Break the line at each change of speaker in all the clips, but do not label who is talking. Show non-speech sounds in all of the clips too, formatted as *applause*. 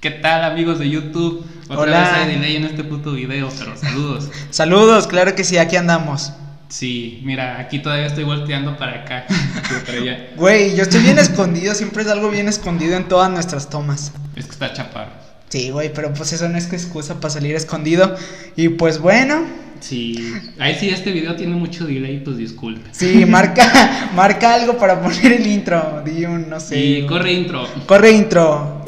¿Qué tal amigos de YouTube? Otra
Hola.
vez hay delay en este puto video, pero saludos.
Saludos, claro que sí, aquí andamos.
Sí, mira, aquí todavía estoy volteando para acá. *laughs* Yo para allá.
Güey, yo estoy bien escondido, siempre es algo bien escondido en todas nuestras tomas.
Es que está chaparro.
Sí, güey, pero pues eso no es que excusa para salir escondido. Y pues bueno,
Sí. Ahí sí, este video tiene mucho delay, pues disculpe.
sí, marca, marca algo para poner el intro. Di un, no sé.
Sí,
un-
corre intro.
Corre intro.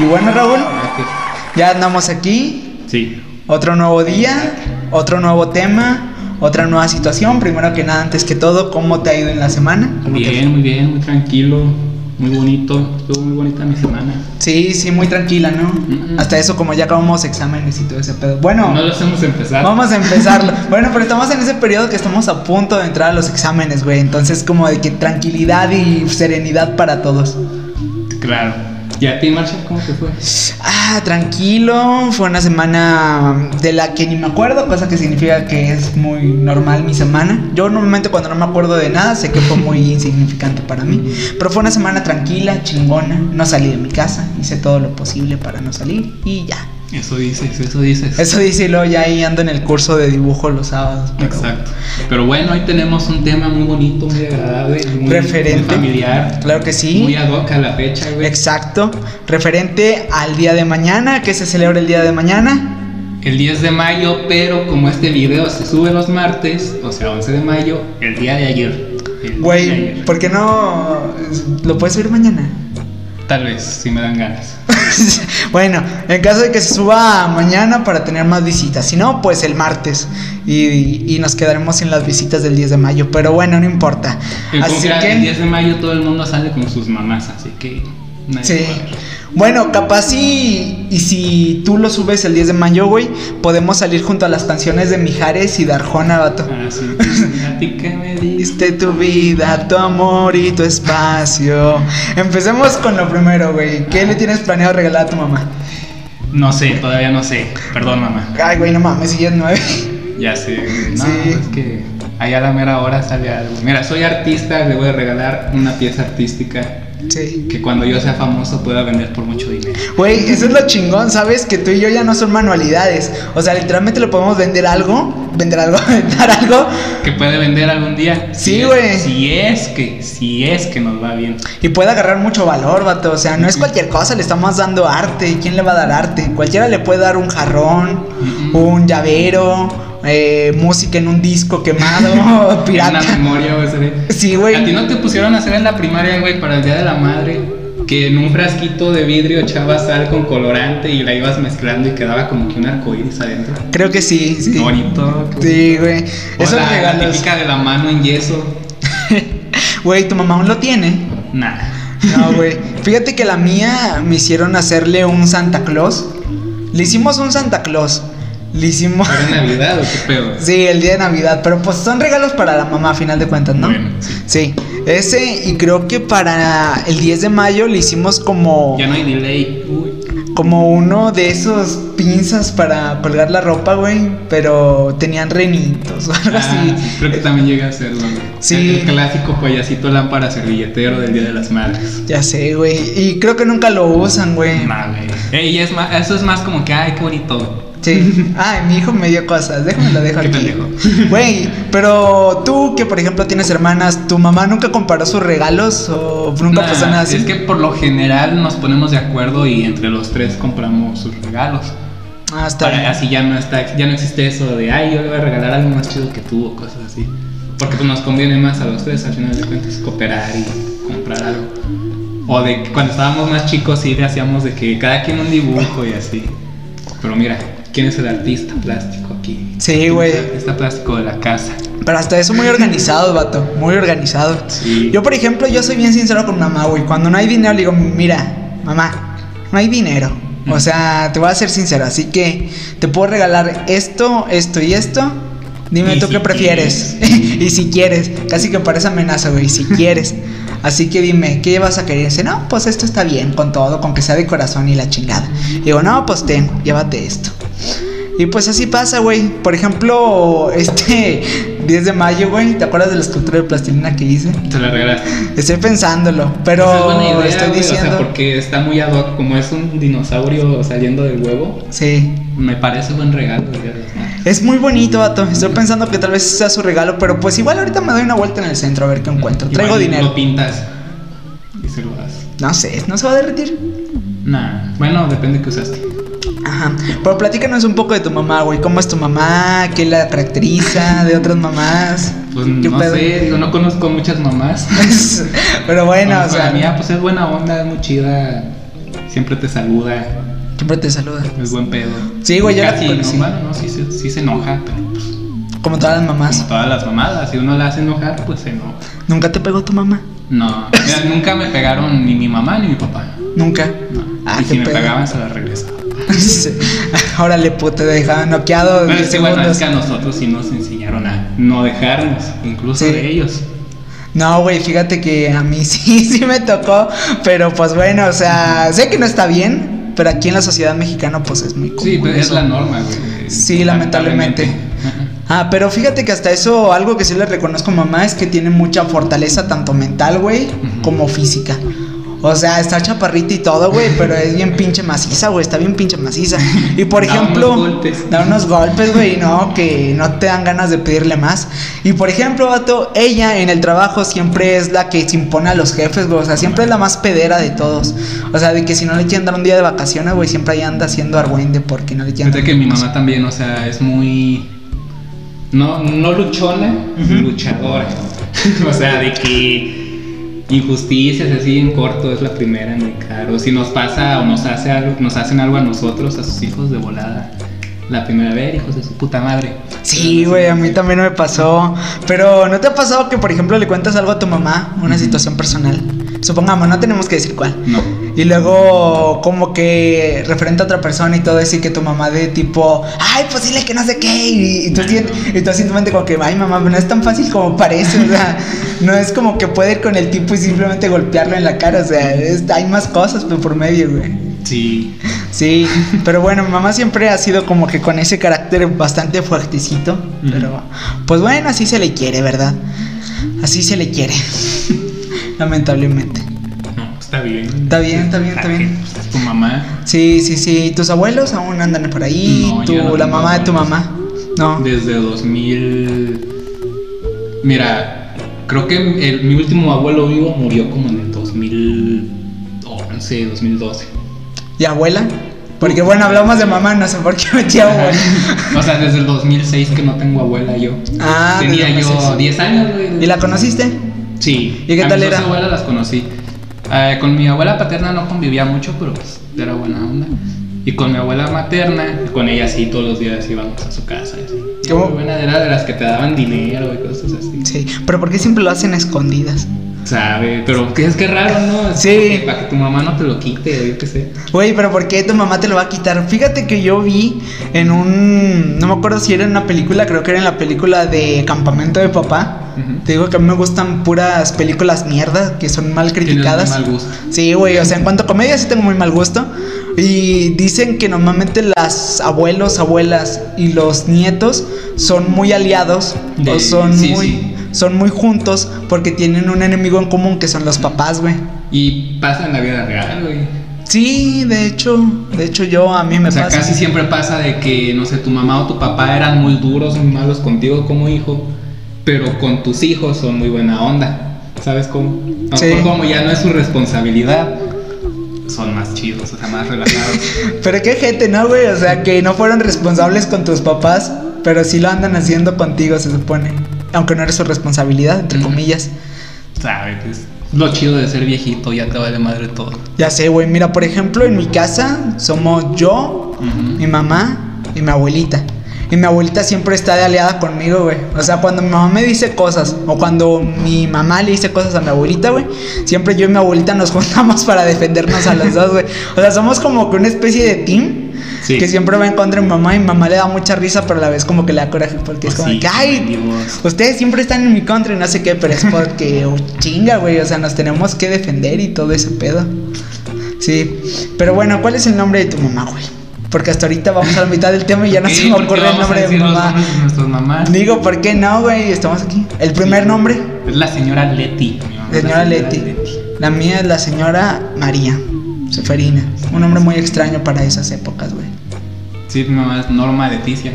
Y bueno, Raúl, ya andamos aquí.
Sí.
Otro nuevo día, otro nuevo tema, otra nueva situación. Primero que nada, antes que todo, ¿cómo te ha ido en la semana? ¿Cómo te
Bien, muy bien, muy tranquilo, muy bonito. Estuvo muy bonita mi semana.
Sí, sí, muy tranquila, ¿no?
Mm-mm.
Hasta eso, como ya acabamos exámenes y todo ese pedo. Bueno,
No lo hacemos empezar.
vamos a empezarlo.
*laughs*
bueno, pero estamos en ese periodo que estamos a punto de entrar a los exámenes, güey. Entonces, como de que tranquilidad y serenidad para todos.
Claro. ¿Y a ti, Marshall, cómo te fue?
Ah, tranquilo. Fue una semana de la que ni me acuerdo, cosa que significa que es muy normal mi semana. Yo normalmente cuando no me acuerdo de nada, sé que
*laughs*
fue muy insignificante para mí. Pero fue una semana tranquila, chingona. No salí de mi casa, hice todo lo posible para no salir y ya.
Eso dices, eso dices.
Eso dice y luego ya ahí ando en el curso de dibujo los sábados. pero-
Exacto. Pero bueno, hoy tenemos un tema muy bonito, muy agradable, y muy,
Referente.
muy familiar,
Claro que
muy
sí.
ad hoc a la fecha, güey.
Exacto. Referente al día de mañana, que se celebra el día de mañana.
El 10 de mayo, pero como este video se sube los martes, o sea, 11 de mayo, el día de ayer. el día de
Güey,
ayer.
¿por qué no lo puedes subir mañana? *laughs*
Tal vez, si me dan ganas.
bueno, en caso de que se suba mañana para tener más visitas. Si no, pues el martes. Y, y nos quedaremos sin las visitas del 10 de mayo. Pero bueno, no importa.
El, como
Así
quiera,
que...
el 10 de mayo todo el mundo sale con sus mamás, así que nadie
Sí.
va a ver.
Bueno, capaz y, y si tú lo subes el 10 de mayo, güey, podemos salir junto a las canciones de Mijares y Darjona, vato.
Ah, *laughs* Así que, ¿a ti qué me diste?
Diste tu vida, tu amor y tu espacio. Empecemos con lo primero, güey. ¿Qué le tienes planeado regalar a tu mamá?
No sé, todavía no sé. Perdón, mamá.
Ay, güey, no mames, si ya es nueve. *laughs*
Ya sé, güey. no, pues
Sí.
es que allá a la mera hora sale algo. Mira, soy artista, le voy a regalar una pieza artística
Sí.
que cuando yo sea famoso pueda vender por mucho dinero.
Güey, eso es lo chingón, ¿sabes? Que tú y yo ya no son manualidades. O sea, literalmente lo podemos vender algo. Vender algo, *laughs* dar algo.
Que puede vender algún día.
Sí,
Si es-
güey.
Si es que, si es que nos va bien.
Y puede agarrar mucho valor, vato. O sea, no es cualquier cosa, le estamos dando arte. ¿Y quién le va a dar arte? Cualquiera le puede dar un jarrón,
Ujú.
un llavero, eh, música en un
*laughs*
disco quemado, *laughs* pirata.
En la memoria USB.
Sí, güey.
A ti no te pusieron a hacer en la primaria, güey, para el Día de la Madre, que en un frasquito de vidrio echabas sal con colorante y la ibas mezclando y quedaba como que un arcoíris adentro.
Creo que sí, sí.
Qué bonito. qué
Sí, güey.
bonito. O
Eso
la, la
regalos.
típica de la mano en yeso.
*laughs* Güey, tu mamá aún lo tiene.
Nada.
No, güey. Fíjate que la mía me hicieron hacerle un Santa Claus. Le hicimos un Santa Claus. Le hicimos.
¿Era Navidad o qué pedo?
Sí, el día de Navidad, pero pues son regalos para la mamá a final de cuentas, ¿no?
Bueno, sí.
Sí, ese y creo que para el 10 de mayo le hicimos como,
Ya no hay delay. Uy.
como uno de esos pinzas para colgar la ropa, güey, pero tenían renitos *laughs* o algo
Ah,
así.
sí, creo que también llega a serlo, güey.
Sí.
El clásico payasito lámpara servilletero del Día de las Madres.
Ya sé, güey, y creo que nunca lo usan, güey.
Nah, güey. Ey, y es más, eso es más como que, ay, qué bonito. güey. *laughs*
Sí. Ay, mi hijo me dio cosas, déjame lo dejo
Qué
aquí.
pendejo.
*laughs* Güey, pero tú que por ejemplo tienes hermanas, ¿tu mamá nunca comparó sus regalos o nunca
Nah,
pasó nada así?
Es que por lo general nos ponemos de acuerdo y entre los tres compramos sus regalos.
Ah, está
Para-
bien.
así ya no está, ya no existe eso de, ay, yo le voy a regalar algo más chido que tú o cosas así. Porque pues nos conviene más a los tres al final de cuentas cooperar y comprar algo. O de que cuando estábamos más chicos sí le hacíamos de que cada quien un dibujo y así. Pero mira, quién es el artista plástico aquí.
Sí, güey.
Está plástico de la casa.
Pero hasta eso muy organizado, vato. Muy organizado.
Sí.
Yo, por ejemplo, yo soy bien sincero con mamá, güey. Cuando no hay dinero, le digo, mira, mamá, no hay dinero. O sea, te voy a ser sincero. Así que te puedo regalar esto, esto y esto. Dime
Y
tú
si
qué prefieres. *laughs* y si quieres. Casi que parece amenaza, güey. Si quieres. Así que dime, ¿qué vas a querer? Dice, no, pues esto está bien con todo, con que sea de corazón y la chingada. Digo, no, pues ten, llévate esto. Y pues así pasa, güey. Por ejemplo, este *laughs* 10 de mayo, güey, ¿te acuerdas de la escultura de plastilina que hice?
Te la regalaste.
Estoy pensándolo, pero
Esa es buena idea,
estoy
güey,
diciendo.
O sea, porque está muy ad hoc. Como es un dinosaurio saliendo del huevo,
Sí.
me parece buen regalo. el Día de las Madres.
Es muy bonito, vato. Estoy pensando que tal vez sea su regalo, pero pues igual ahorita me doy una vuelta en el centro a ver qué encuentro.
Igual
Traigo
y
dinero.
Lo pintas y se lo das.
No sé, no se va a derretir.
Nah. Bueno, depende que usaste.
Ajá. Pero platícanos un poco de tu mamá, güey. ¿Cómo es tu mamá? ¿Qué la caracteriza de otras mamás?
Pues
¿Qué
no
pedo?
sé, digo, no conozco muchas mamás.
*laughs* pero *laughs* bueno,
Conozco
o
a
sea,
La mía, pues es buena onda, es muy chida. Siempre te saluda,
siempre te saluda.
es buen pedo.
Sí, güey, yo la
Casi, no,
conocí.
bueno, no, sí, se- sí se enoja, pero pues,
Como todas las mamás.
como todas las mamadas, si uno la hace enojar, pues se enoja.
¿Nunca te pegó tu mamá?
No,
*laughs*
mira, nunca me pegaron ni mi mamá ni mi papá.
Nunca.
No.
Ah,
y
qué
si me
pedo. *laughs*
pegaban, se la regresaba.
Órale, puto, te dejaban noqueado.
Pero es
10
que bueno, es
segundos.
que a nosotros sí nos enseñaron a no dejarnos, incluso
Sí.
de ellos.
No, güey, fíjate que a mí *laughs* sí, sí me tocó, pero pues bueno, o sea, sé que no está bien, pero aquí en la sociedad mexicana pues es muy común.
Sí, pues es
eso.
la norma, güey.
Sí, lamentablemente.
*laughs*
Ah, pero fíjate que hasta eso, algo que sí le reconozco a mamá es que tiene mucha fortaleza, tanto mental, güey,
Ujú.
como física. O sea, está chaparrita y
*laughs*
todo, güey, pero es bien pinche maciza, güey, está bien pinche maciza. Y por
Da
ejemplo,
unos golpes.
da unos golpes, güey, no, que no te dan ganas de pedirle más. Y por ejemplo, vato, ella en el trabajo siempre es la que se impone a los jefes, güey, o sea, siempre es la más pedera de todos. O sea, de que si no le quieren dar un día de vacaciones, güey, siempre ahí anda haciendo argüende porque no le quieren
Fíjate
dar
que
un
mi
día de
mamá también, o sea, es muy. No, no luchona, luchadora. *laughs* o sea, de que injusticias así en corto es la primera en el O Si nos pasa o nos, hace algo, nos hacen algo a nosotros, a sus hijos de volada. La primera vez, hijos de su puta madre.
Sí, güey, a mí también me pasó. Pero ¿no te ha pasado que, por ejemplo, le cuentas algo a tu mamá, una situación personal? Supongamos, no tenemos que decir cuál.
No.
Y luego, como que referente a otra persona y todo eso, y que tu mamá de tipo, ay, pues dile que no sé qué. Y, y tú,
Nah,
sien-
no.
y tú simplemente, como que, ay, mamá, no es tan fácil como parece. O sea, *laughs* no es como que puede ir con el tipo y simplemente golpearlo en la cara. O sea, es- hay más cosas pues, por medio, güey.
Sí.
Sí, pero bueno, mi mamá siempre ha sido como que con ese carácter bastante fuertecito. Pero pues bueno, así se le quiere, ¿verdad? Así se le quiere. *laughs* Lamentablemente.
No, pues está bien.
Está bien, está bien, está
Ah,
bien.
que, pues, es tu mamá.
Sí, sí, sí. ¿Tus abuelos aún andan por ahí?
No,
¿Tú,
ya no
la
tengo
mamá de tu
abuelos.
mamá? No.
Desde 2000. Mira, creo que el- mi último abuelo vivo murió como en el 2011, 2012.
¿Y abuela? Porque bueno, hablamos de mamá, no sé por qué metí a abuela.
*laughs* o sea, desde el 2006 que no tengo abuela yo.
Ah,
Tenía
desde
yo
entonces.
10 años, güey.
¿Y la conociste?
Sí.
¿Y qué
a
tal
mis dos
era?
abuelas las conocí. Eh, con mi abuela paterna no convivía mucho, pero pues era buena onda. Y con mi abuela materna, con ella sí, todos los días íbamos a su casa. y así. Y
¿Cómo?
muy buena era de las que te daban dinero y cosas así.
Sí. ¿Pero por qué siempre lo hacen a escondidas?
Sabe, pero que es que raro, ¿no? Es
Sí.
como que Para que tu mamá no te lo quite, o yo qué sé.
Güey, pero ¿por qué tu mamá te lo va a quitar? Fíjate que yo vi en un. No me acuerdo si era en una película, creo que era en la película de Campamento de Papá.
Ujú.
Te digo que a mí me gustan puras películas mierda que son mal
Tienes
criticadas.
muy mal gusto.
Sí, güey, o sea, en cuanto a comedia sí tengo muy mal gusto. Y dicen que normalmente las abuelos, abuelas y los nietos son muy aliados
De-
o son
sí,
muy
sí.
son muy juntos porque tienen un enemigo en común que son los papás, güey.
Y pasa en la vida real, güey.
Sí, de hecho, de hecho yo a mí me
O sea,
pasa.
casi siempre pasa de que, no sé, tu mamá o tu papá eran muy duros, muy malos contigo como hijo, pero con tus hijos son muy buena onda. ¿Sabes cómo? A lo
Sí.
mejor como ya no es su responsabilidad, son más chidos, o sea, más
*laughs*
relajados.
Pero qué gente, ¿no, güey? O sea, que no fueron responsables con tus papás, pero sí lo andan haciendo contigo, se supone. Aunque no eres su responsabilidad, entre
Ujú.
comillas.
¿Sabes? Es lo chido de ser viejito, ya te vale madre todo.
Ya sé, güey. Mira, por ejemplo, en mi casa somos yo,
Ujú.
mi mamá, y mi abuelita. Y mi abuelita siempre está de aliada conmigo, güey. O sea, cuando mi mamá me dice cosas, o cuando mi mamá le dice cosas a mi abuelita, güey, siempre yo y mi abuelita nos *laughs* juntamos para defendernos a los dos, güey. O sea, somos como que una especie de team
Sí.
que siempre va en contra de mi mamá. Y mi mamá le da mucha risa, pero a la vez como que le da coraje porque es
Pues
como
sí,
que, ay,
Dios.
ustedes siempre están en mi contra y no sé qué, pero es porque, oh, chinga, güey. O sea, nos tenemos que defender y todo ese pedo. Sí, pero bueno, ¿cuál es el nombre de tu mamá, güey? Porque hasta ahorita vamos a la mitad del tema y ya no
Ok,
se me
¿por qué
ocurre el
vamos a
nombre de mi
decir los
mamá.
nombres de nuestras mamás?
Digo, ¿por qué no, güey? Estamos aquí. El primer nombre,
Es la señora Leti. mi mamá, la
señora Leti. La mía es la señora María Seferina. Un nombre muy extraño para esas épocas, güey.
Sí, mi mamá es Norma Leticia.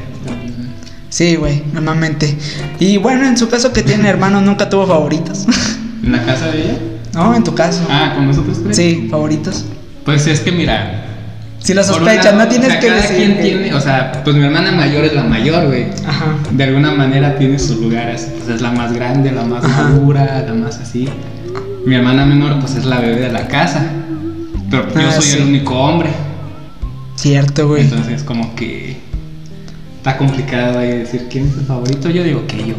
Sí, güey, normalmente. Y bueno, en su caso que tiene hermanos, nunca tuvo favoritos. *laughs*
¿En la casa de ella?
no, en tu caso.
Ah, ¿con nosotros tres?
Sí, favoritos.
Pues es que mira.
Si lo
por un
sospechas,
lado,
no tienes
o sea,
que
cada
decir.
quien
güey.
tiene, o sea, pues mi hermana mayor es la mayor, güey.
Ajá.
De alguna manera tiene su lugar así. Pues es la más grande, la más
Ajá.
madura, la más así. Mi hermana menor, pues es la bebé de la casa. Pero pues, yo
Ah,
soy
sí.
el único hombre.
Cierto, güey.
Entonces, como que. Está complicado ahí decir quién es tu favorito. Yo digo que yo.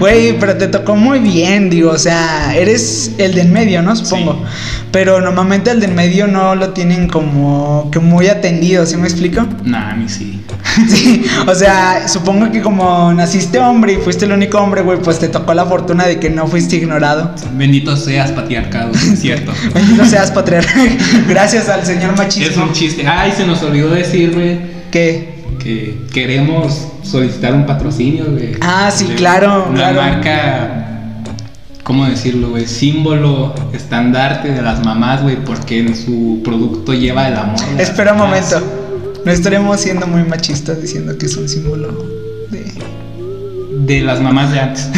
Güey, pero te tocó muy bien, digo, o sea, eres el del medio, ¿no? Supongo. Pero normalmente el del medio no lo tienen como que muy atendido, ¿sí me explico? *laughs*
Nah, a mí sí.
Sí, o sea, supongo que como naciste hombre y fuiste el único hombre, güey, pues te tocó la fortuna de que no fuiste ignorado. *laughs*
Bendito seas patriarcado, es cierto.
No seas patriarca. *laughs* Gracias al señor
es
machismo.
un chiste. Ay, se nos olvidó decir, güey.
¿Qué?
que queremos solicitar un patrocinio de
Ah, sí,
de
claro,
una
claro.
marca cómo decirlo güey símbolo estandarte de las mamás güey porque en su producto lleva el amor de las
Espera un
mamás.
momento. No estaremos siendo muy machistas diciendo que es un símbolo de...
de las mamás de antes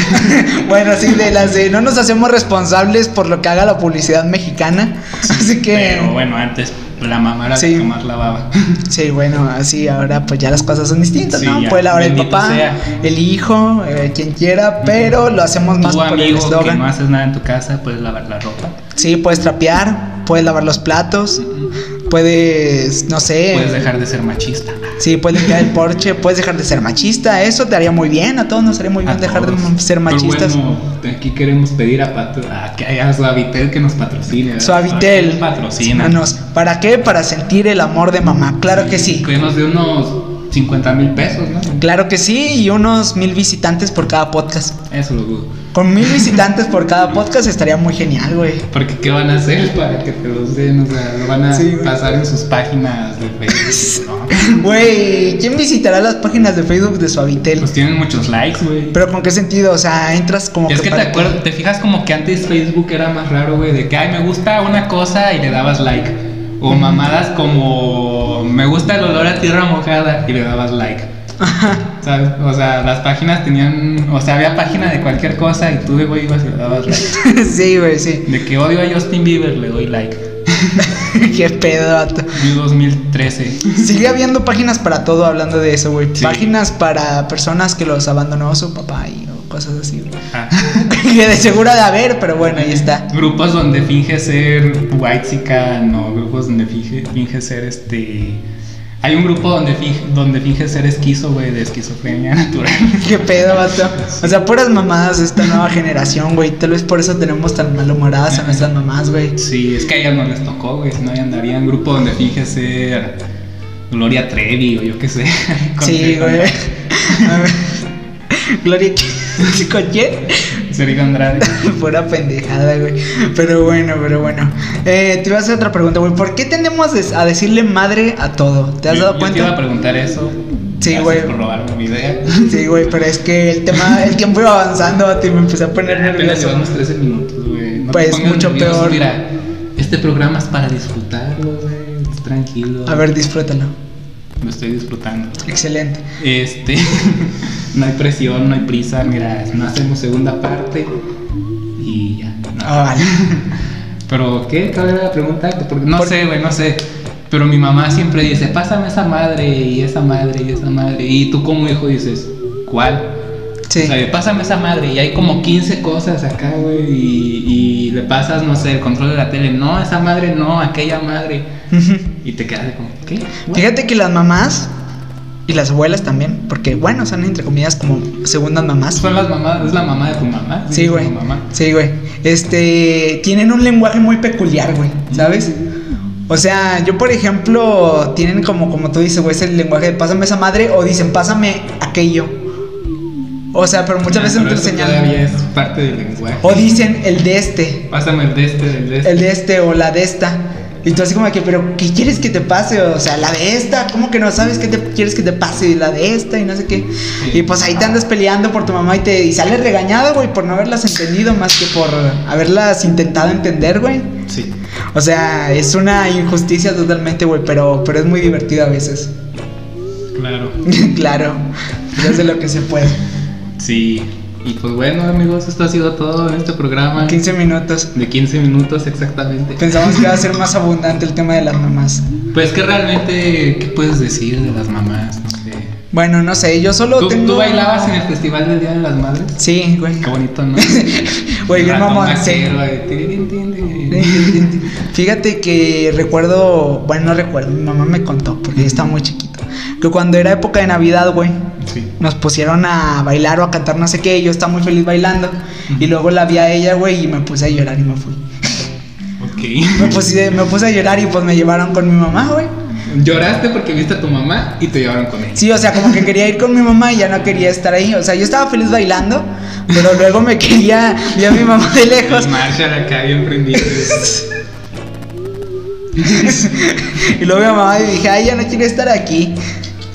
Bueno, sí, de las de no nos hacemos responsables por lo que haga la publicidad mexicana. *laughs* Así que.
pero bueno antes la mamá era
Sí.
la que más lavaba
Sí, bueno, así ahora pues ya las cosas son distintas,
Sí,
¿no?
ya,
Pues ahora el
bendito
papá,
sea.
el hijo, eh, quien quiera, pero lo hacemos más
tu
por el
amigo que
eslogan.
no haces nada en tu casa puedes lavar la ropa
Sí, puedes trapear, puedes lavar los platos, puedes, no sé.
puedes dejar de ser machista
Sí, puedes limpiar el porche, puedes dejar de ser machista, eso te haría muy bien, a todos nos haría muy bien
A
dejar de
todos.
ser machistas.
Pero bueno, aquí queremos pedir a, Patro- a que- a Suavitel que nos patrocine. ¿verdad?
Suavitel. Ah,
Patrocina.
Manos, ¿Para qué? Para sentir el amor de mamá. Claro que sí.
Que nos dé unos 50 mil pesos, ¿no?
Claro que sí, y unos mil visitantes por cada podcast.
Eso lo dudo.
Con mil visitantes por cada podcast estaría muy genial, güey.
Porque ¿qué van a hacer para que te los den? O sea, lo van a
Sí, güey.
pasar en sus páginas de
*laughs*
Facebook. ¿no?
Güey, ¿quién visitará las páginas de Facebook de Suavitel?
Pues tienen muchos likes, güey.
Pero con qué sentido, o sea, entras como
Es que te
para-
acuerdas, te fijas como que antes Facebook era más raro, güey, de que ay me gusta una cosa y le dabas like. O mamadas como me gusta el olor a tierra mojada y le dabas like. ¿Sabes? O sea, las páginas tenían, o sea, había página de cualquier cosa y tú de güey ibas y le dabas like.
*laughs* sí, güey, sí. *laughs*
De que odio a Justin Bieber le doy like.
qué pedo. vato.
Yo 2013.
Sigue habiendo páginas para todo hablando de eso, güey.
Sí.
Páginas para personas que los abandonó su papá y o cosas así, güey.
Ah.
*laughs* Que de seguro de haber, pero bueno, ahí está. *laughs*
Grupos donde finge ser white no, grupos donde finge, finge ser este. Hay un grupo donde finge, donde finge ser esquizo, güey, de esquizofrenia *laughs* natural.
Qué pedo, vato. O sea, puras mamadas de esta nueva generación, güey. Tal vez por eso tenemos tan malhumoradas a nuestras mamás, güey.
Sí, es que a ellas no les tocó, güey, si no, ahí andaría en grupo donde finge ser Gloria Trevi o yo qué sé. *laughs* Con-
Sí,
con-
güey. *laughs* A ver. Gloria, ¿qué- *laughs* ¿con quién?
Sergio Andrade.
Fuera pendejada, güey. Pero bueno, pero bueno. Eh, te voy a hacer otra pregunta, güey. ¿Por qué tendemos des- a decirle madre a todo? ¿Te has
Yo-
dado
yo te iba a
*laughs* cuenta?
preguntar eso.
Sí,
Gracias
güey.
por robarme mi idea.
Sí, güey, pero es que el tema, el tiempo iba avanzando, vato, y me empecé a poner
Apenas
nervioso.
llevamos 13 minutos, güey. No te
Pues,
pongas
mucho
nervioso,
peor.
Mira, este programa es para disfrutarlo, güey. es Tranquilo.
A ver, disfrútalo.
Lo estoy disfrutando.
Excelente.
Este. *laughs* no hay presión, no hay prisa. Mira, no hacemos segunda parte. Y ya. no.
Ah, vale.
Pero, ¿qué? ¿Cuál era la pregunta? Porque- no
Por-
sé, güey, no sé. Pero mi mamá siempre dice, pásame esa madre y esa madre y esa madre. Y tú como hijo dices, ¿cuál? O
Sí.
sea, de, pásame esa madre y hay como 15 cosas acá, güey, y, y le pasas, no sé, el control de la tele. No, esa madre no, aquella madre.
Ujú.
Y te quedas de como, ¿qué?
Fíjate que las mamás Y las abuelas también, porque bueno, son entre comillas como segundas mamás.
Son las mamás, es la mamá de tu mamá.
Sí,
tu
güey.
mamá.
Sí, güey. Este, tienen un lenguaje muy peculiar, güey, ¿sabes? O sea, yo por ejemplo, tienen como como tú dices, güey, ese lenguaje de pásame esa madre o dicen pásame aquello. O sea, pero muchas
Ah,
veces
pero
te
eso
señalan.
Todavía es parte del lenguaje.
O dicen el de este,
Pásame el de este, el de este.
el de este o la de esta. Y tú así como que, pero ¿qué quieres que te pase? O sea, la de esta, ¿cómo que no sabes qué te quieres que te pase? Y la de esta y no sé qué. Y pues ahí te andas peleando por tu mamá y te y sales regañado, güey, por no haberlas entendido más que por haberlas intentado entender, güey.
Sí.
O sea, es una injusticia totalmente, güey, pero, pero es muy divertido a veces. *laughs*
Claro.
claro, ya sé lo que se puede.
Sí. Y pues bueno, amigos, esto ha sido todo en este programa.
15 minutos.
De 15 minutos exactamente.
Pensamos que iba a ser más abundante el tema de las mamás.
Pues que realmente, ¿qué puedes decir de las mamás? No sé.
Bueno, no sé, yo solo
¿Tú,
tengo...
tú bailabas en el Festival del Día de las Madres?
Sí, güey.
Qué bonito, ¿no?
*laughs* Güey, bien
Ratón
mamón, sí.
vaquero, eh, tirin, tin, tin.
*laughs* Fíjate que recuerdo, bueno, no recuerdo, mi mamá me contó, porque yo estaba muy chiquito, que cuando era época de Navidad, güey,
Sí.
nos pusieron a bailar o a cantar no sé qué, y yo estaba muy feliz bailando, y luego la vi a ella, güey, y me puse a llorar y me fui. Me
Ok.
puse, me puse a llorar y pues me llevaron con mi mamá, güey.
Lloraste porque viste a tu mamá y te llevaron con ella.
pues. Sí, o sea, como que quería ir con mi mamá y ya no quería estar ahí. O sea, yo estaba feliz bailando, pero luego me quería, vi a mi mamá de lejos
El Marshall acá bien
*laughs*
prendido.
*laughs* Y luego mi mamá y dije, ay, ya no quiero estar aquí.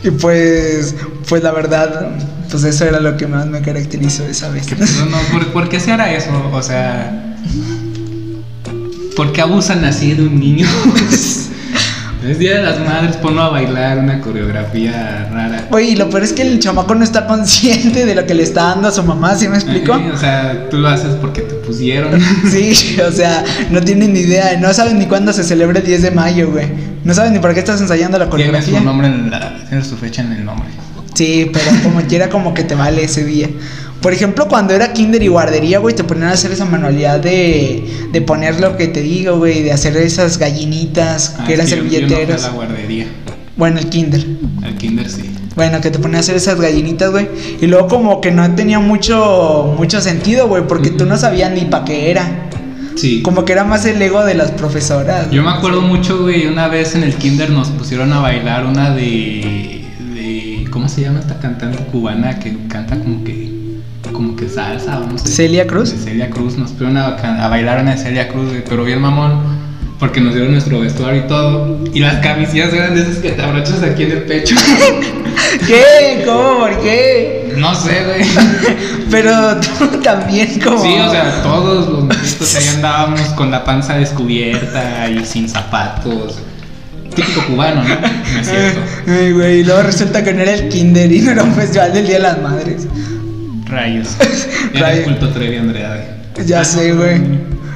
Y pues, pues la verdad, pues eso era lo que más me caracterizó esa vez.
No, no, ¿por, por qué se hará eso? O sea, ¿por qué abusan así de un
*laughs*
niño? es Día de las Madres, ponlo a bailar una coreografía rara.
*laughs* Oye, y lo peor es que el chamaco no está consciente de lo que le está dando a su mamá, ¿sí me explico?
Eh, o sea, tú lo haces porque te pusieron.
*laughs* Sí, o sea, no tienen ni idea, no saben ni cuándo se celebra el 10 de mayo, güey. No saben ni por qué estás ensayando la
Tiene su
coreografía.
nombre en la, tiene su fecha en el nombre.
Sí, pero
*laughs*
como quiera, como que te vale ese día. Por ejemplo, cuando era kinder y guardería, güey, te ponían a hacer esa manualidad de, de poner lo que te digo, güey, de hacer esas gallinitas
Ah,
que eran
sí, yo- yo no fui
servilleteros.
a la guardería,
Bueno, el kinder.
al kinder sí.
Bueno, que te ponían a hacer esas gallinitas, güey. Y luego como que no tenía mucho, mucho sentido, güey, porque tú no sabías ni para qué era.
Sí.
Como que era más el ego de las profesoras.
Yo me acuerdo mucho, güey, una vez en el kinder nos pusieron a bailar una de, de ¿cómo se llama esta cantante cubana que canta como que como que salsa o no sé?
¿Celia Cruz?
De Celia Cruz, nos pusieron a, ca- a bailar una de Celia Cruz, güey, pero bien mamón. Porque nos dieron nuestro vestuario y todo. Y las camisillas eran de esas que te abrochas aquí en el
*laughs*
pecho.
¿Qué? ¿Cómo? ¿Por qué? *laughs*
No sé, güey.
Pero tú *laughs* también como...
Sí, o
*laughs*
sea, todos los niñitos ahí andábamos con la panza descubierta y sin zapatos. Típico cubano, ¿no? No es cierto.
*laughs* Ay, güey, y luego resulta que no era el kinder y no era un festival del Día de las Madres.
Rayos. Era
Rayos.
el culto Trevi Andrade.
Ya sé, güey.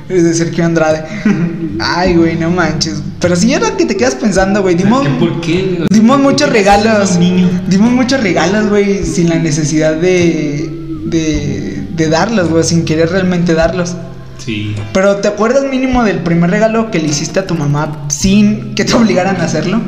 Es de Sergio Andrade. *laughs* Ay, güey, no manches. Pero si era que te quedas pensando, güey, dimos,
¿Qué- ¿Por qué? O sea,
dimos
¿por
muchos
qué haces eso a
regalos.
un niño?
Dimos muchos regalos, güey, sin la necesidad de, de, de darlos, güey, sin querer realmente darlos.
Sí.
Pero ¿te acuerdas mínimo del primer regalo que le hiciste a tu mamá sin que te obligaran a hacerlo?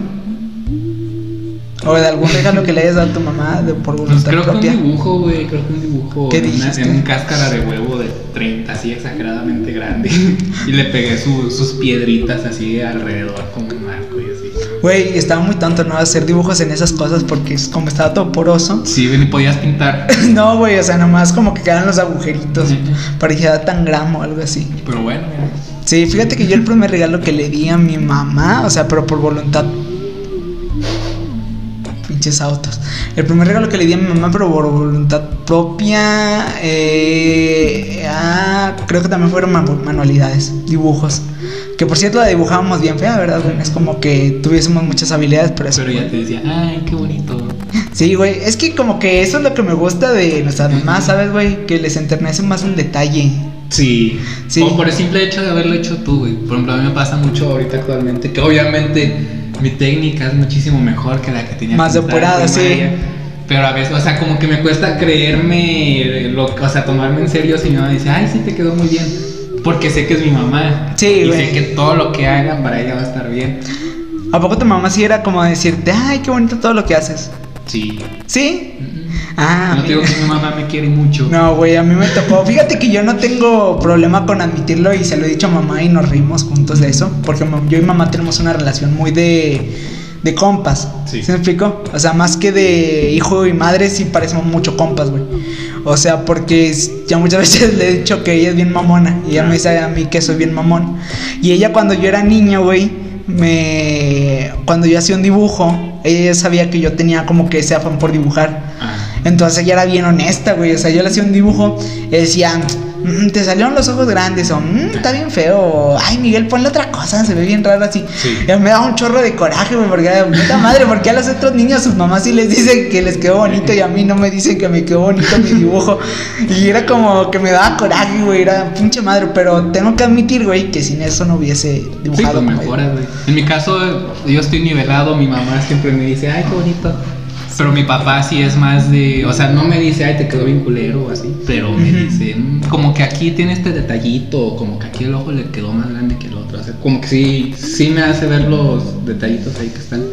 O de algún regalo que le hayas dado a tu mamá de, por
Pues
voluntad
creo que
propia.
un dibujo, güey. Creo que un dibujo.
¿Qué
en, una-
dijiste?
en un cáscara de huevo de 30, así exageradamente grande. *laughs* y le pegué su- sus piedritas así alrededor como un marco y así.
Güey, estaba muy tonto no hacer dibujos en esas cosas porque es como estaba todo poroso. *laughs*
Sí, ni podías pintar.
No, güey, o sea, nomás como que quedan los agujeritos.
Ujú.
Parecía tan gramo o algo así.
Pero bueno, mira.
Sí, fíjate que yo el primer regalo que le di a mi mamá, o sea, pero por voluntad. Pinches autos. El primer regalo que le di a mi mamá, pero por voluntad propia. eh, ah, creo que también fueron manu- manualidades, dibujos. Que por cierto la dibujábamos bien fea, ¿verdad? güey? es como que tuviésemos muchas habilidades, pero eso.
Pero ya te decía, ay, qué bonito.
Sí, güey. Es que como que eso es lo que me gusta de nuestras mamás, ¿sabes, güey? Que les enternece más el detalle.
Sí.
Sí.
O por el simple hecho de haberlo hecho tú, güey. Por ejemplo, a mí me pasa mucho ahorita actualmente que obviamente mi técnica es muchísimo mejor que la que tenía.
Más
cuando estaba en
depurada, sí.
primaria. Pero a veces, o sea, como que me cuesta creerme, lo, o sea, tomarme en serio si mi mamá dice, ay, sí, te quedó muy bien. Porque sé que es mi mamá.
Sí,
Y
güey.
sé que todo lo que haga para ella va a estar bien.
¿A poco tu mamá sí era como decirte, ay, qué bonito todo lo que haces?
Sí.
¿Sí?
Mm,
Ah,
no te digo
mira.
que mi mamá me quiere mucho.
No, güey, a mí me tocó. Fíjate que yo no tengo problema con admitirlo y se lo he dicho a mamá y nos reímos juntos de eso. Porque mam- yo y mamá tenemos una relación muy de, de compas.
Sí.
¿Se me explico? O sea, más que de hijo y madre, sí parecemos mucho compas, güey. O sea, porque s- ya muchas *laughs* veces le he dicho que ella es bien mamona. Y ella
Ah.
me dice a mí que soy bien mamón. Y ella cuando yo era niño, güey, me... Cuando yo hacía un dibujo, ella sabía que yo tenía como que ese afán por dibujar.
Ah,
Entonces ella era bien honesta, güey. O sea, yo le hacía un dibujo y decía, "Mm, te salieron los ojos grandes, o "Mm, está bien feo, o, ay Miguel, ponle otra cosa, se ve bien raro así.
Sí.
Y me da un chorro de coraje, güey, porque puta madre, porque a los otros niños sus mamás sí les dicen que les quedó bonito y a mí no me dicen que me quedó bonito mi dibujo. Y era como que me daba coraje, güey, era pinche madre, pero tengo que admitir, güey, que sin eso no hubiese
sí,
dibujado.
pues
como-
mejora, güey. En mi caso, yo estoy nivelado. Mi mamá siempre me dice, ay, qué bonito. Pero mi papá sí es más de. O sea, no me dice, ay, te quedó bien culero o así. Pero me
Ujú.
dice, "Mm, como que aquí tiene este detallito. o Como que aquí el ojo le quedó más grande que el otro. O sea, como que sí, sí me hace ver los detallitos ahí que están.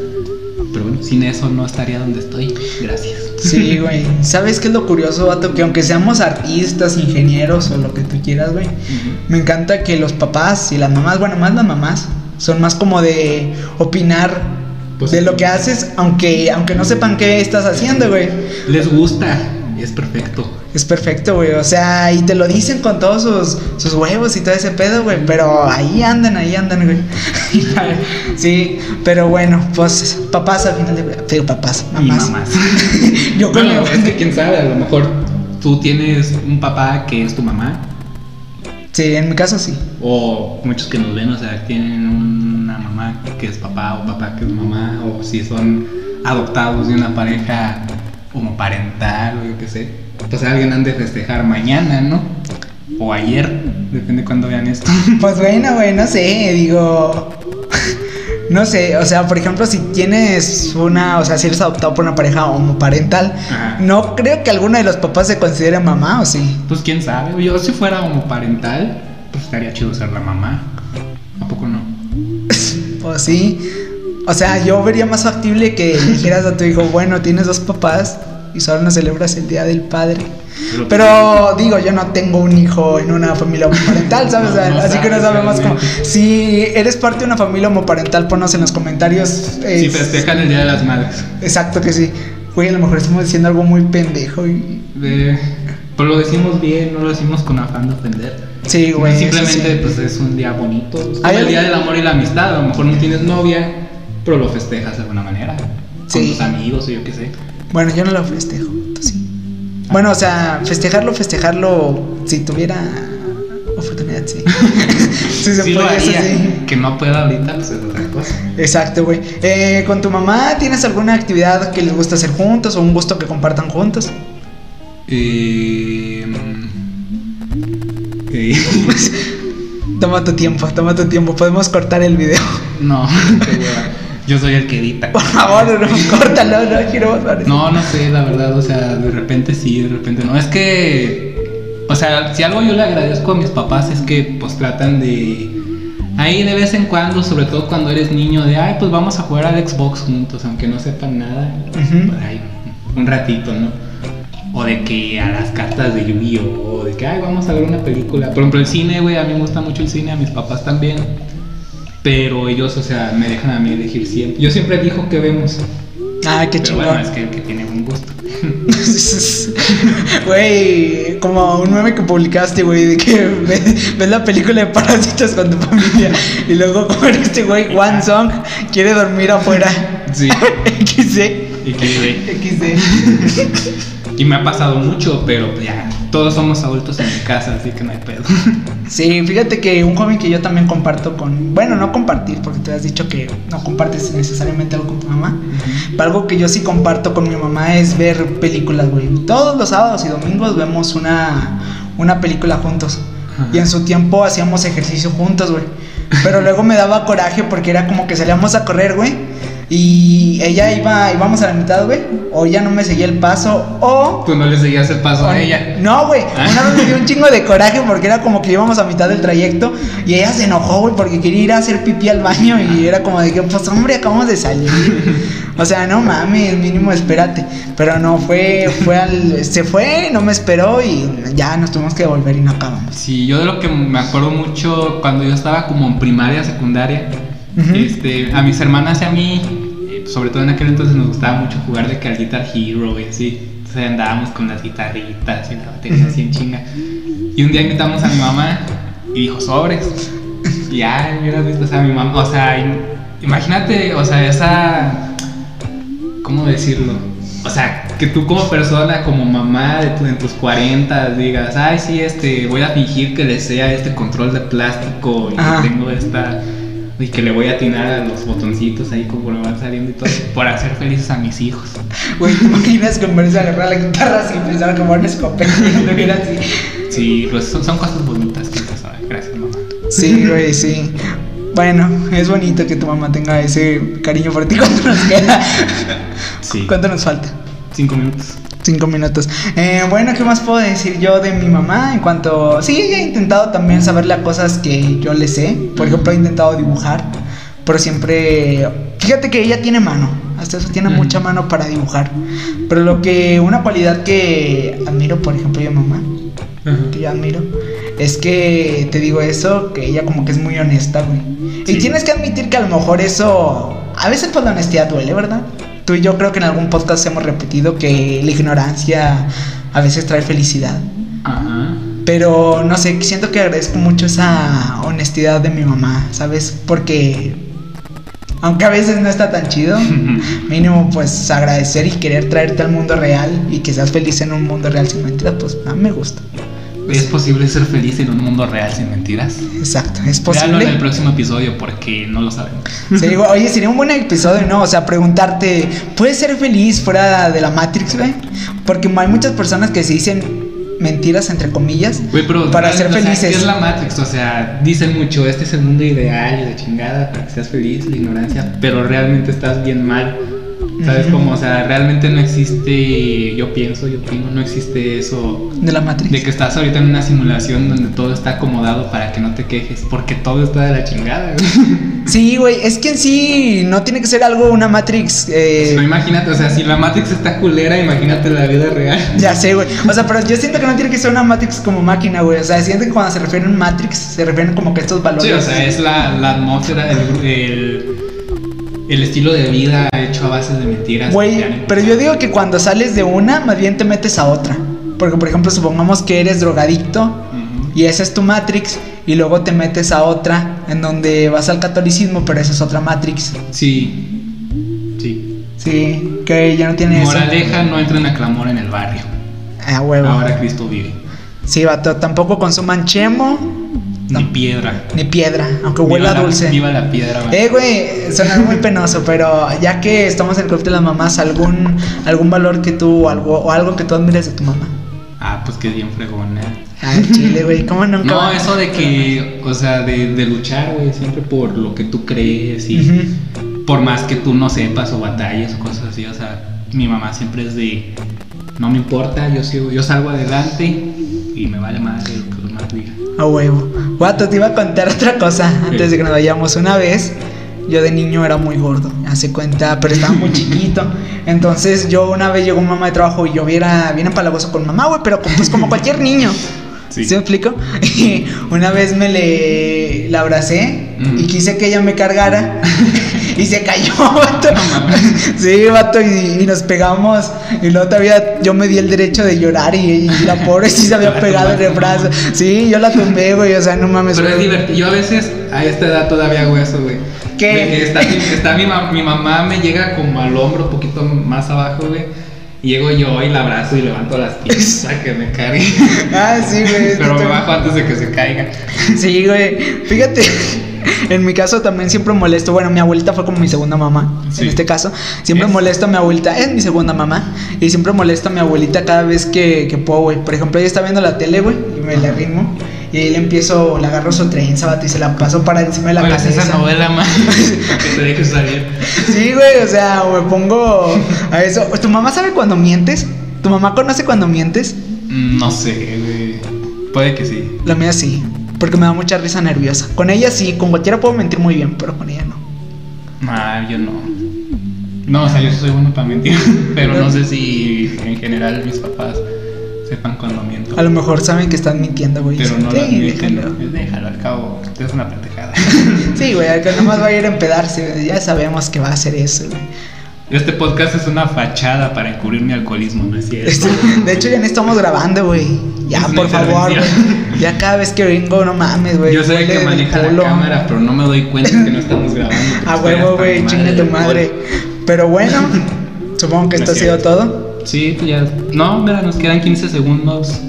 Pero bueno, sin eso no estaría donde estoy. Gracias.
Sí, güey. ¿Sabes qué es lo curioso, vato? Que aunque seamos artistas, ingenieros o lo que tú quieras, güey,
Ujú.
me encanta que los papás y las mamás, bueno, más las mamás, son más como de opinar
Pues
de
sí.
lo que haces, aunque, aunque no sepan qué estás haciendo, güey.
Les gusta. Es perfecto.
Es perfecto, güey. O sea, y te lo dicen con todos sus, sus huevos y todo ese pedo, güey. Pero ahí andan, ahí andan, güey. *laughs* sí, pero bueno, pues papás al final de. Digo, papás,
Y
mamás.
mamás.
*laughs* Yo creo
Bueno, es que quién sabe, a lo mejor tú tienes un papá que es tu mamá,
Sí, en mi caso sí.
o muchos que nos ven, o sea, tienen una mamá que es papá o papá que es mamá, o si son adoptados de una pareja homoparental o yo qué sé. Pues alguien han de festejar mañana, ¿no? O ayer, depende de cuándo vean esto.
Pues bueno, güey, no sé, digo. *laughs* No sé, o sea, por ejemplo, si tienes una, o sea, si eres adoptado por una pareja homoparental,
Ajá.
no creo que alguno de los papás se considere mamá, ¿o sí?
Pues quién sabe, yo si fuera homoparental, pues estaría chido ser la mamá. ¿A poco no?
Pues sí. O sea, yo vería más
*laughs*
factible que le dijeras a tu hijo, bueno, tienes dos papás y solo no celebras el Día del Padre. Pero digo, yo no tengo un hijo en una familia homoparental, ¿sabes?
*laughs* No, no
Así que no
sabes
sabemos cómo.
realmente.
Si eres parte de una familia homoparental, ponos en los comentarios.
Si
eh,
festejan el Día de las Madres.
Exacto que sí. Güey, a lo mejor estamos diciendo algo muy pendejo y...
De, pues lo decimos bien, no lo decimos con afán de ofender.
Sí, güey. eso
Simplemente
sí.
pues es un día bonito. Es como
Hay
el
algo-
día del amor y la amistad. A lo mejor no tienes novia, pero lo festejas de alguna manera.
Sí.
Con tus amigos o yo qué sé.
Bueno, yo no lo festejo, tú sí. Bueno, o sea, festejarlo, festejarlo, si tuviera oportunidad,
*laughs*
sí. si
Sí lo
eso
haría.
sí.
Que no pueda ahorita, pues es otra cosa.
Exacto, güey. Eh, ¿Con tu mamá tienes alguna actividad que les gusta hacer juntos o un gusto que compartan juntos?
Eh, mm, eh, *laughs*
Toma tu tiempo, toma tu tiempo. Podemos cortar el video. *laughs*
no, *laughs* qué hueva. yo soy el que edita.
Por favor, no, córtalo, no quiero más.
No, no sé, la verdad, o sea, de repente sí, de repente no. Es que, o sea, si algo yo le agradezco a mis papás es que pues tratan de... Ahí de vez en cuando, sobre todo cuando eres niño, de, ay, pues vamos a jugar al Xbox juntos, aunque no sepan nada.
Ujú.
por ahí, un ratito, ¿no? O de que a las cartas de Yu-Gi-Oh! O de que, ay, vamos a ver una película. Por ejemplo, el cine, güey, a mí me gusta mucho el cine, a mis papás también. Pero ellos, o sea, me dejan a mí elegir siempre. Yo siempre elijo que vemos.
Ah, qué
Pero
chingón.
bueno, es que el que tiene buen gusto.
*laughs* Güey, como un meme que publicaste, güey, de que ve- ves, la película de Parásitos con tu familia y luego como era este güey, One Song, quiere dormir afuera. *laughs*
Sí.
XD,
*laughs* Y que ve.
XD.
Y me ha pasado mucho, pero ya, todos somos adultos en mi casa, así que no hay pedo. *laughs*
Sí, fíjate que un joven que yo también comparto con, bueno, no compartir, porque te has dicho que no compartes necesariamente algo con tu mamá. Algo que yo sí comparto con mi mamá es ver películas, güey. Todos los sábados y domingos vemos una, una película juntos.
Ajá.
Y en su tiempo hacíamos ejercicio juntos, güey. Pero luego me daba coraje porque era como que salíamos a correr, güey. Y ella iba, íbamos a la mitad, güey. O ella no me seguía el paso. O...
Tú no le seguías el paso a
o-
ella.
No, güey.
Ah.
Una vez me dio un chingo de coraje porque era como que íbamos a mitad del trayecto. Y ella
Ah.
se enojó, güey, porque quería ir a hacer pipí al baño. Y era como de que, pues, hombre, acabamos de salir. O sea, no mames, mínimo espérate. Pero no, fue, fue al, se fue, no me esperó y ya nos tuvimos que devolver y no acabamos.
Sí, yo de lo que me acuerdo mucho cuando yo estaba como en primaria, secundaria,
Ujú.
este, a mis hermanas y a mí, eh, sobre todo en aquel entonces nos gustaba mucho jugar de que al Guitar Hero y así. Entonces andábamos con las guitarritas y la batería
Ujú.
así en chinga. Y un día invitamos a mi mamá y dijo sobres. Y ya, yo visto, o sea, mi mamá, o sea, im- imagínate, o sea, esa ¿cómo decirlo? O sea, que tú como persona, como mamá de tu- en tus 40 digas, ay, sí, este, voy a fingir que le sea este control de plástico y
Ajá.
que tengo esta... Y que le voy a atinar a los botoncitos ahí como me van saliendo y todo, para hacer felices a mis hijos.
Güey, ¿te imaginas que en vez de agarrar la guitarra así pensar como un escopeta? y lo hubiera así.
Sí, pues son, son cosas bonitas que se saben. Gracias, mamá.
Sí, güey, sí. Bueno, es bonito que tu mamá tenga ese cariño por ti. *laughs* ¿Cuánto nos queda?
Sí.
¿Cuánto nos falta?
Cinco minutos.
Cinco minutos. Eh, bueno, ¿qué más puedo decir yo de mi mamá? En cuanto. Sí, ella ha intentado también saberle a cosas que yo le sé. Por ejemplo, ha intentado dibujar. Pero siempre. Fíjate que ella tiene mano. Hasta eso tiene
Ujú.
mucha mano para dibujar. Pero lo que. Una cualidad que admiro, por ejemplo, de mi mamá. Que yo admiro. Es que te digo eso, que ella como que es muy honesta, güey. Y
Sí.
tienes que admitir que a lo mejor eso. A veces pues la honestidad duele, ¿verdad? Tú y yo creo que en algún podcast hemos repetido que la ignorancia a veces trae felicidad.
Ajá.
Pero no sé, siento que agradezco mucho esa honestidad de mi mamá, ¿sabes? Porque. Aunque a veces no está tan chido, mínimo pues agradecer y querer traerte al mundo real y que seas feliz en un mundo real sin mentiras, pues a mí me gusta.
¿Es posible ser feliz en un mundo real sin mentiras?
Exacto, es
Véalo en el
posible.
próximo episodio porque no lo sabemos.
Sí, güey, oye, sería un buen episodio, ¿no? O sea, preguntarte, ¿puedes ser feliz fuera de la Matrix, güey? Porque hay muchas personas que se dicen mentiras, entre comillas,
Güey, pero
para
¿sabes?
ser
O sea, ¿qué
felices.
es la Matrix? O sea, dicen mucho, este es el mundo ideal y la chingada para que seas feliz, la ignorancia, pero realmente estás bien mal. ¿Sabes
Ujú.
cómo? O sea, realmente no existe, yo pienso, yo opino, no existe eso
de la Matrix.
de que estás ahorita en una simulación donde todo está acomodado para que no te quejes, porque todo está de la chingada, güey.
Sí, güey, es que en sí no tiene que ser algo, una Matrix. eh,
*laughs* No, imagínate, o sea, si la Matrix está culera, imagínate la vida real.
ya sé, güey. O sea, pero yo siento que no tiene que ser una Matrix como máquina, güey. O sea, siento que cuando se refieren a Matrix, se refieren como que a estos valores.
Sí, o sea, es la, la atmósfera, el, el, el estilo de vida hecho a base de mentiras. que te han
Güey, pero yo
impulsado.
digo que cuando sales de una, más bien te metes a otra. Porque, por ejemplo, supongamos que eres drogadicto
Ujú.
y esa es tu Matrix, y luego te metes a otra en donde vas al catolicismo, pero esa es otra Matrix.
Sí. Sí.
Sí, que ya no tiene eso.
Moraleja, no entren a clamor en el barrio.
Ah, huevo.
Ahora Cristo vive.
Sí, vato, tampoco consuman chemo
Ni piedra.
ni piedra, aunque
Viva
huela
la-
dulce.
Viva la piedra. va.
Eh, güey, suena muy penoso, pero ya que estamos en el club de las mamás, ¿algún, algún valor que tú, o algo, o algo que tú admires de tu mamá?
Ah, pues que bien fregona.
Ay, chile, güey, ¿cómo nunca?
No,
va-
eso de que, o sea, de, de luchar, güey, siempre por lo que tú crees y
Ujú.
por más que tú no sepas o batalles o cosas así, o sea, mi mamá siempre es de, no me importa, yo sigo, yo salgo adelante y me vale madre lo que los demás digan.
A huevo. Guato, te iba a contar *laughs* otra cosa antes de que nos vayamos. Una vez, yo de niño era muy gordo, hace cuenta, pero
*laughs*
estaba muy chiquito. Entonces, yo una vez llegó mamá de trabajo y yo era bien empalagoso con mamá, güey, pero como- pues como cualquier niño.
Sí.
¿Sí me explico? *laughs* Y una vez me le la abracé
Ujú.
y quise que ella me cargara *laughs* y se cayó, *laughs* vato.
No mames.
Sí, vato, y, y nos pegamos. Y luego todavía yo me di el derecho de llorar y, y la pobre
*laughs*
sí se había
La
pegado en el
tumbaste,
brazo. Sí, yo la tumbé, güey, o sea, no mames.
Pero es
güey.
divertido. Yo a veces a esta edad todavía hago eso, güey.
¿Qué?
De que Está, mi- está mi, mam- mi mamá, me llega como al hombro, un poquito más abajo, güey. Y llego yo y la abrazo y levanto las
*laughs*
piernas para que me cargue.
Ah, sí, güey.
Pero me
Total.
bajo antes de que se caiga.
Sí, güey. Fíjate, en mi caso también siempre molesto. Bueno, mi abuelita fue como mi segunda mamá.
Sí.
En este caso, siempre
Es.
molesto a mi abuelita. Es mi segunda mamá. Y siempre molesto a mi abuelita cada vez que, que puedo, güey. Por ejemplo, ella está viendo la tele, güey. Y me la arrimo. Y ahí le empiezo, le agarro su trenza, vato, y se la paso para encima de la
Bueno, es
cabeza.
esa novela,
*laughs*
más que te dejes salir.
Sí, güey, o sea, o me pongo a eso. ¿Tu mamá sabe cuando mientes? ¿Tu mamá conoce cuando mientes?
Mm, No sé, güey. Puede que sí.
La mía sí, porque me da mucha risa nerviosa. Con ella sí, con cualquiera puedo mentir muy bien, pero con ella no.
Ah, yo no. No, o sea, yo soy bueno para mentir, *laughs* pero no sé si en general mis papás sepan cuando miento.
A lo mejor saben que están mintiendo, güey.
Pero no
Sí,
lo admiten.
déjalo.
Es Déjalo, al cabo, es una pendejada. *laughs*
Sí, güey, al que nomás va a ir a empedarse, güey, ya sabemos que va a hacer eso, güey.
Este podcast es una fachada para encubrir mi alcoholismo, ¿no es cierto?
Este, De hecho, ya ni estamos grabando, güey. Ya,
Es una
por favor, güey.
intervención.
Ya cada vez que vengo, no mames, güey.
Yo soy el
huele
que
del
maneja la
culo.
cámara, pero no me doy cuenta que no estamos grabando. porque
A
estoy
huevo,
hasta
güey,
mi
chinga tu
del
madre. Pero bueno, supongo que
No
esto ha
es
sido
cierto.
todo.
alcohol. Sí, pues ya. No, mira, nos quedan 15 segundos.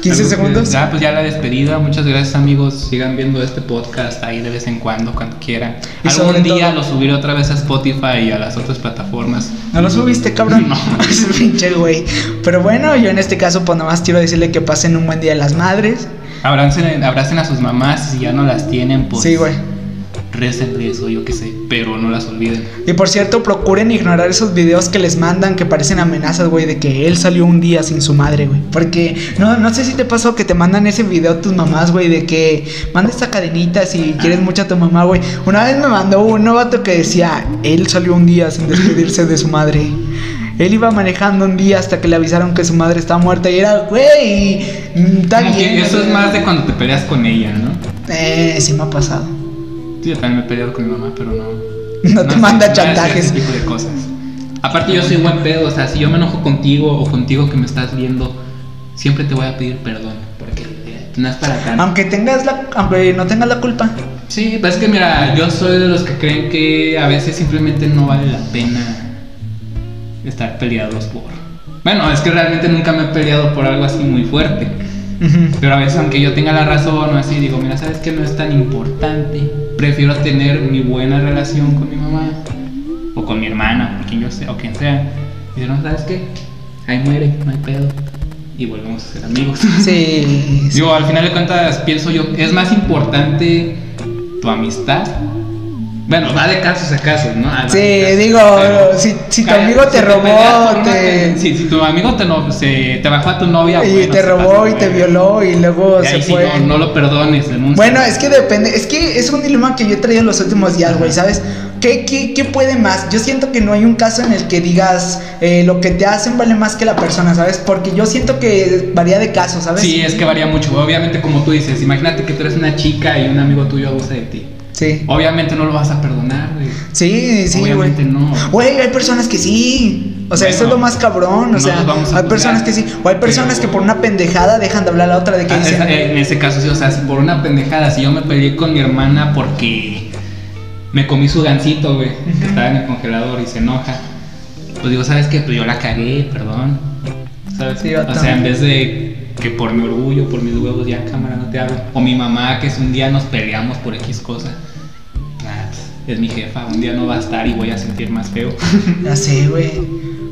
15
Algo que-
segundos.
Ya, pues ya la despedida. Muchas gracias, amigos. Sigan viendo este podcast ahí de vez en cuando, cuando quieran.
Y sobre
Algún día
todo-
lo subiré otra vez a Spotify y a las otras plataformas.
No lo subiste, cabrón. *laughs*
No.
Ese pinche güey. Pero bueno, yo en este caso, pues nomás quiero decirle que pasen un buen día a las madres.
Abracen, abracen a sus mamás si ya no las tienen, pues.
Sí, güey.
Récenle eso, yo qué sé. Pero no las olviden.
Y por cierto, procuren ignorar esos videos que les mandan que parecen amenazas, güey, de que él salió un día sin su madre, güey. Porque no, no sé si te pasó que te mandan ese video tus mamás, güey, de que manda esta cadenita si quieres mucho a tu mamá, güey. Una vez me mandó un novato que decía, él salió un día sin despedirse de su madre. Él iba manejando un día hasta que le avisaron que su madre estaba muerta y era, güey, mm, está
Como que
bien.
eso es más de cuando te peleas con ella, ¿no?
Eh, sí me ha pasado.
Sí, yo también me he peleado con mi mamá, pero no.
No te manda
hace- no hace
chantajes.
Ese tipo de cosas. Aparte, yo soy buen pedo. O sea, si yo me enojo contigo o contigo que me estás viendo, siempre te voy a pedir perdón. Porque eh, no es para tanto.
Aunque tengas la, aunque no tengas la culpa.
Sí, pero es que mira, yo soy de los que creen que a veces simplemente no vale la pena estar peleados por. Bueno, es que realmente nunca me he peleado por algo así muy fuerte.
Ujú.
Pero a veces, aunque yo tenga la razón o así, digo, mira, sabes que no es tan importante. Prefiero tener mi buena relación con mi mamá o con mi hermana, o quien yo sea, o quien sea. Y digo, no, sabes qué, ahí muere, no hay pedo. Y volvemos a ser
*laughs*
amigos.
Sí, sí.
Digo, al final de cuentas, pienso yo, es más importante tu amistad. Bueno, va de casos a casos, ¿no? Ah, va
Sí,
de
digo,
pero-
si- si tu
Cállate,
amigo te robó,
peleas por una-
te-
Sí, si tu amigo te, no- se, te bajó a tu novia.
Y
bueno,
te
se
robó
pasó,
y te
güey.
violó y luego
Y
se
ahí sí,
fue.
no, no lo perdones, denuncia.
Bueno, es que depende, es que es un dilema que yo he traído en los últimos días, güey, ¿sabes? ¿Qué, qué, qué puede más? Yo siento que no hay un caso en el que digas eh, lo que te hacen vale más que la persona, ¿sabes? Porque yo siento que varía de caso, ¿sabes?
Sí, es que varía mucho. Obviamente, como tú dices, imagínate que tú eres una chica y un amigo tuyo abusa de ti.
Sí,
Obviamente no lo vas a perdonar, güey.
sí, sí, güey.
Obviamente no.
Güey, hay personas que sí. O sea,
Bueno,
eso es lo más cabrón. O
no
sea,
nos vamos a
hay personas
juzgar,
que sí. O hay personas
pero-
que por una pendejada dejan de hablar a la otra de que
Ah,
dicen.
esa- en ese caso, sí, o sea, si por una pendejada, si yo me peleé con mi hermana porque me comí su gancito, güey, que estaba en el congelador y se enoja, pues digo, ¿sabes qué? Pues yo la cagué, perdón. ¿Sabes?
Sí,
o
vato.
sea, en vez de que por mi orgullo, por mis huevos, ya cámara, no te hablo. O mi mamá, que es un día nos peleamos por X cosa. Nah, pues, es mi jefa, un día no va a estar y voy a sentir más feo.
Ya sé, güey.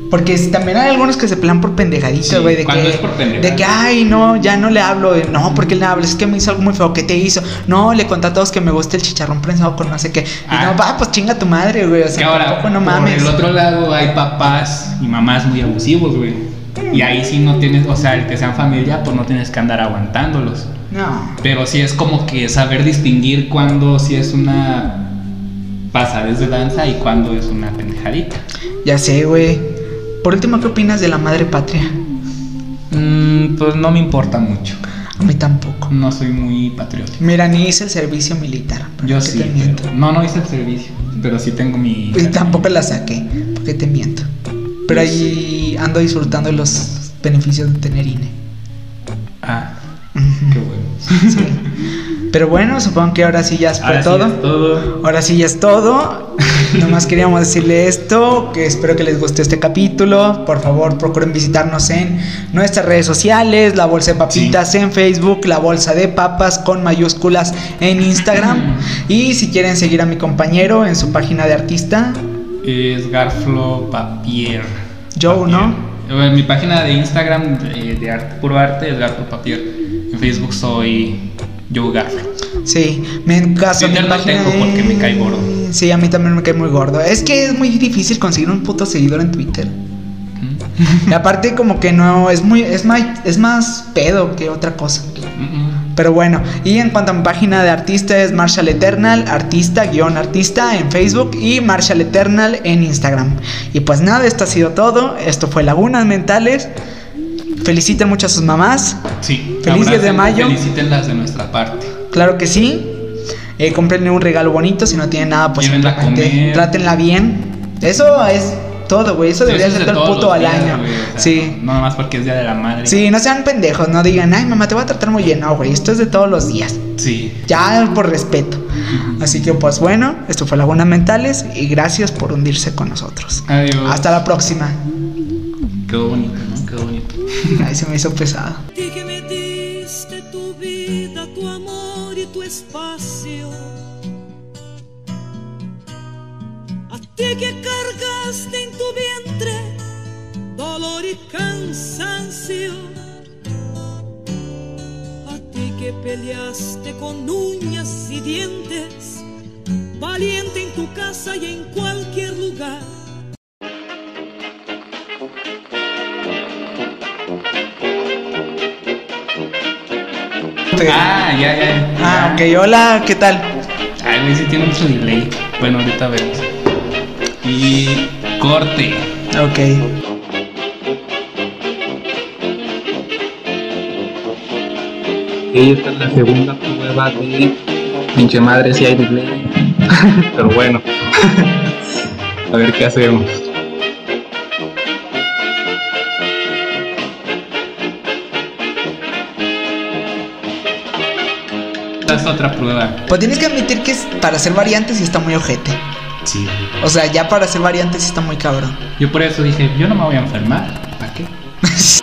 Porque si- también hay algunos que se pelean por
Sí,
pendejaditas, güey. de
cuando
que,
es por pendejadas.
De que, ay, no, ya no le hablo. eh, No, porque le hablas, es que me hizo algo muy feo. ¿Qué te hizo? No, le conté a todos que me gusta el chicharrón prensado con no sé qué. Y
Ah.
no, va, pues chinga tu madre, güey. O
Que
sea,
ahora,
tampoco no mames.
por el otro lado hay papás y mamás muy abusivos, güey. Y ahí sí no tienes, o sea, el que sean familia, pues no tienes que andar aguantándolos.
No.
Pero sí es como que saber distinguir cuando sí es una pasadez de danza y cuando es una pendejadita.
Ya sé, güey. Por último, ¿qué opinas de la madre patria?
Mm, pues no me importa mucho.
A mí tampoco.
No soy muy patriótico.
Mira, ni hice el servicio militar. ¿para
Yo
qué
sí,
te miento?
pero- no, no hice el servicio, pero sí tengo mi...
Y tampoco la saqué, porque te miento. Pero ahí ando disfrutando de los beneficios de tener E. INE.
Ah,
Ujú.
qué bueno.
Sí. Pero bueno, supongo que ahora sí ya es por
Ahora sí
todo.
es todo.
ahora sí ya es todo. Nomás queríamos decirle esto, que espero que les guste este capítulo. Por favor, procuren visitarnos en nuestras redes sociales, La Bolsa de Papitas en Facebook, La Bolsa de Papas con mayúsculas en
*laughs*
Instagram. Y si quieren seguir a mi compañero en su página de artista,
Es Garflo Papier.
Joe, ¿no?
Eh, En mi página de Instagram eh, de Arte Puro Arte es Garflo Papier. En Facebook soy Joe Garflo.
Sí, me en caso
Twitter
mi
no
página
tengo porque me cae gordo.
Sí, a mí también me cae muy gordo. Es que es muy difícil conseguir un puto seguidor en Twitter.
Mm,
Y aparte como que no es muy es más es más pedo que otra cosa.
mm, mm.
Pero bueno, y en cuanto a mi página de artista es Marshall Eternal, artista, guión artista en Facebook y Marshall Eternal en Instagram. Y pues nada, esto ha sido todo. Esto fue Lagunas Mentales. Feliciten mucho a sus mamás.
Sí.
Feliz 10 de
abracen,
mayo.
Felicítenlas de nuestra parte.
Claro que sí. Eh, cómprenle un regalo bonito. Si no tienen nada, pues
Llévenla a
simplemente
comer.
trátenla bien. Eso es todo, güey. Eso debería
es
ser
de
todo el
todos
puto
los
al
días,
año.
güey, o sea,
sí.
No nada más porque es Día de la Madre.
Sí, no sean pendejos, no digan, ay mamá, te voy a tratar muy bien, no, güey, esto es de todos los días,
Sí.
ya por respeto. Así que pues bueno, esto fue Lagunas Mentales y gracias por hundirse con nosotros.
Adiós.
Hasta la próxima.
Qué bonito, ¿no? Qué bonito.
Ay, se me hizo pesado.
Ti que me diste tu vida, tu amor y tu espacio. A ti que cargaste en tu vientre dolor y cansancio. A ti que peleaste con uñas y dientes, valiente en tu casa y en cualquier lugar.
Ah, ya, ya.
Eh.
ya.
Ah, ok, hola, ¿qué tal?
Ay, güey, sí tiene mucho delay. Bueno, ahorita vemos. Y corte.
Ok.
Y esta es la segunda prueba de pinche madre si hay delay. *laughs* Pero bueno. *laughs* A ver qué hacemos. Esta es otra prueba.
Pues tienes que admitir que es- para ser variante sí está muy ojete.
Sí.
O sea, ya para ser variante sí está muy cabrón.
Yo por eso dije, yo no me voy a enfermar. ¿Para qué?